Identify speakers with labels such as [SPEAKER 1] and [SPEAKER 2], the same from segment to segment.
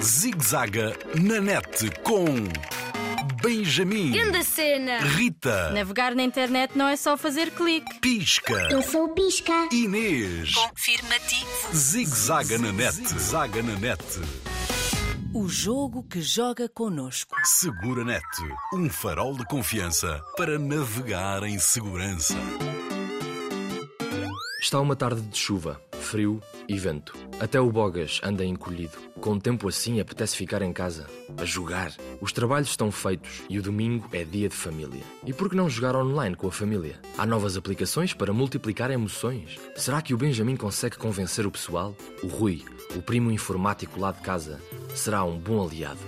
[SPEAKER 1] Zigzaga na net com Benjamin,
[SPEAKER 2] Grande cena!
[SPEAKER 1] Rita,
[SPEAKER 3] Navegar na internet não é só fazer clique.
[SPEAKER 1] Pisca,
[SPEAKER 4] Eu sou o Pisca.
[SPEAKER 1] Inês.
[SPEAKER 5] Confirmativo.
[SPEAKER 1] Zigzaga na net, zaga na net.
[SPEAKER 5] O jogo que joga connosco.
[SPEAKER 1] Segura net, um farol de confiança para navegar em segurança.
[SPEAKER 6] Está uma tarde de chuva, frio e vento. Até o Bogas anda encolhido. Com o tempo assim, apetece ficar em casa, a jogar. Os trabalhos estão feitos e o domingo é dia de família. E por que não jogar online com a família? Há novas aplicações para multiplicar emoções. Será que o Benjamin consegue convencer o pessoal? O Rui, o primo informático lá de casa, será um bom aliado.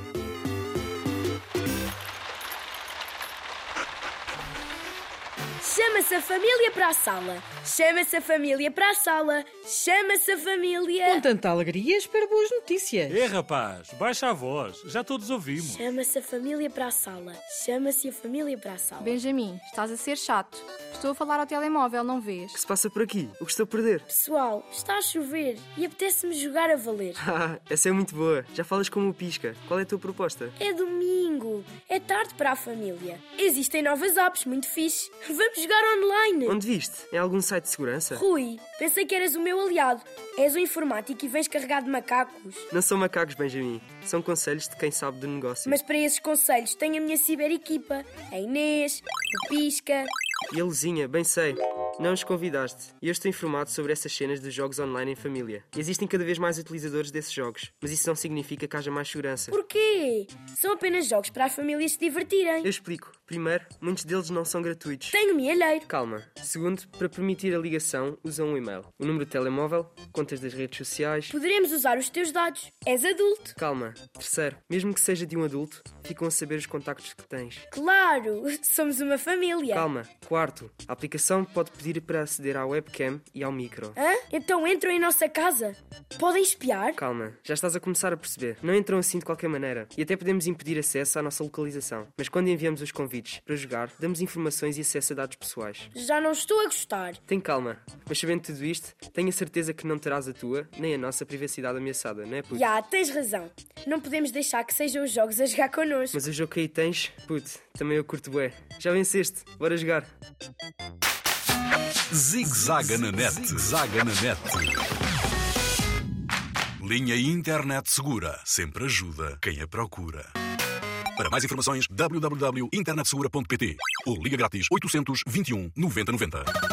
[SPEAKER 2] Chama-se a família para a sala. Chama-se a família para a sala. Chama-se a
[SPEAKER 7] Com
[SPEAKER 2] família.
[SPEAKER 7] tanta alegria, espero boas notícias.
[SPEAKER 8] É, rapaz, baixa a voz, já todos ouvimos.
[SPEAKER 2] Chama-se a família para a sala. Chama-se a família para a sala.
[SPEAKER 3] Benjamin, estás a ser chato. Estou a falar ao telemóvel, não
[SPEAKER 9] O que
[SPEAKER 3] vês?
[SPEAKER 9] se passa por aqui? O que estou a perder?
[SPEAKER 2] Pessoal, está a chover e apetece-me jogar a valer.
[SPEAKER 9] Ah, essa é muito boa. Já falas como o Pisca. Qual é a tua proposta?
[SPEAKER 2] É domingo, é tarde para a família. Existem novas apps, muito fixe. Vamos jogar online.
[SPEAKER 9] Onde viste? Em algum site de segurança?
[SPEAKER 2] Rui, pensei que eras o meu aliado. És um informático e vens carregado de macacos.
[SPEAKER 9] Não são macacos, Benjamin. São conselhos de quem sabe do negócio.
[SPEAKER 2] Mas para esses conselhos tenho a minha ciberequipa, a Inês, o Pisca.
[SPEAKER 9] E a Luzinha, bem sei. Não os convidaste. E eu estou informado sobre essas cenas dos jogos online em família. Existem cada vez mais utilizadores desses jogos. Mas isso não significa que haja mais segurança.
[SPEAKER 2] Porquê? São apenas jogos para as famílias se divertirem.
[SPEAKER 9] Eu explico. Primeiro, muitos deles não são gratuitos.
[SPEAKER 2] Tenho mielheiro.
[SPEAKER 9] Calma. Segundo, para permitir a ligação, usam um e-mail, o número de telemóvel, contas das redes sociais.
[SPEAKER 2] Poderemos usar os teus dados. És adulto.
[SPEAKER 9] Calma. Terceiro, mesmo que seja de um adulto, ficam a saber os contactos que tens.
[SPEAKER 2] Claro, somos uma família.
[SPEAKER 9] Calma. Quarto, a aplicação pode pedir para aceder à webcam e ao micro.
[SPEAKER 2] Hã? Então entram em nossa casa. Podem espiar?
[SPEAKER 9] Calma, já estás a começar a perceber. Não entram assim de qualquer maneira e até podemos impedir acesso à nossa localização. Mas quando enviamos os convites para jogar, damos informações e acesso a dados pessoais.
[SPEAKER 2] Já não estou a gostar.
[SPEAKER 9] Tem calma, mas sabendo tudo isto, tenho a certeza que não terás a tua nem a nossa privacidade ameaçada, não é, puto?
[SPEAKER 2] Já, tens razão. Não podemos deixar que sejam os jogos a jogar connosco.
[SPEAKER 9] Mas o jogo que aí tens, puto, também eu curto bué. Já venceste, bora jogar.
[SPEAKER 1] Zigzaga na net, zaga na net. Linha Internet Segura sempre ajuda quem a procura. Para mais um informações, www.internetsegura.pt ou liga grátis 821 9090.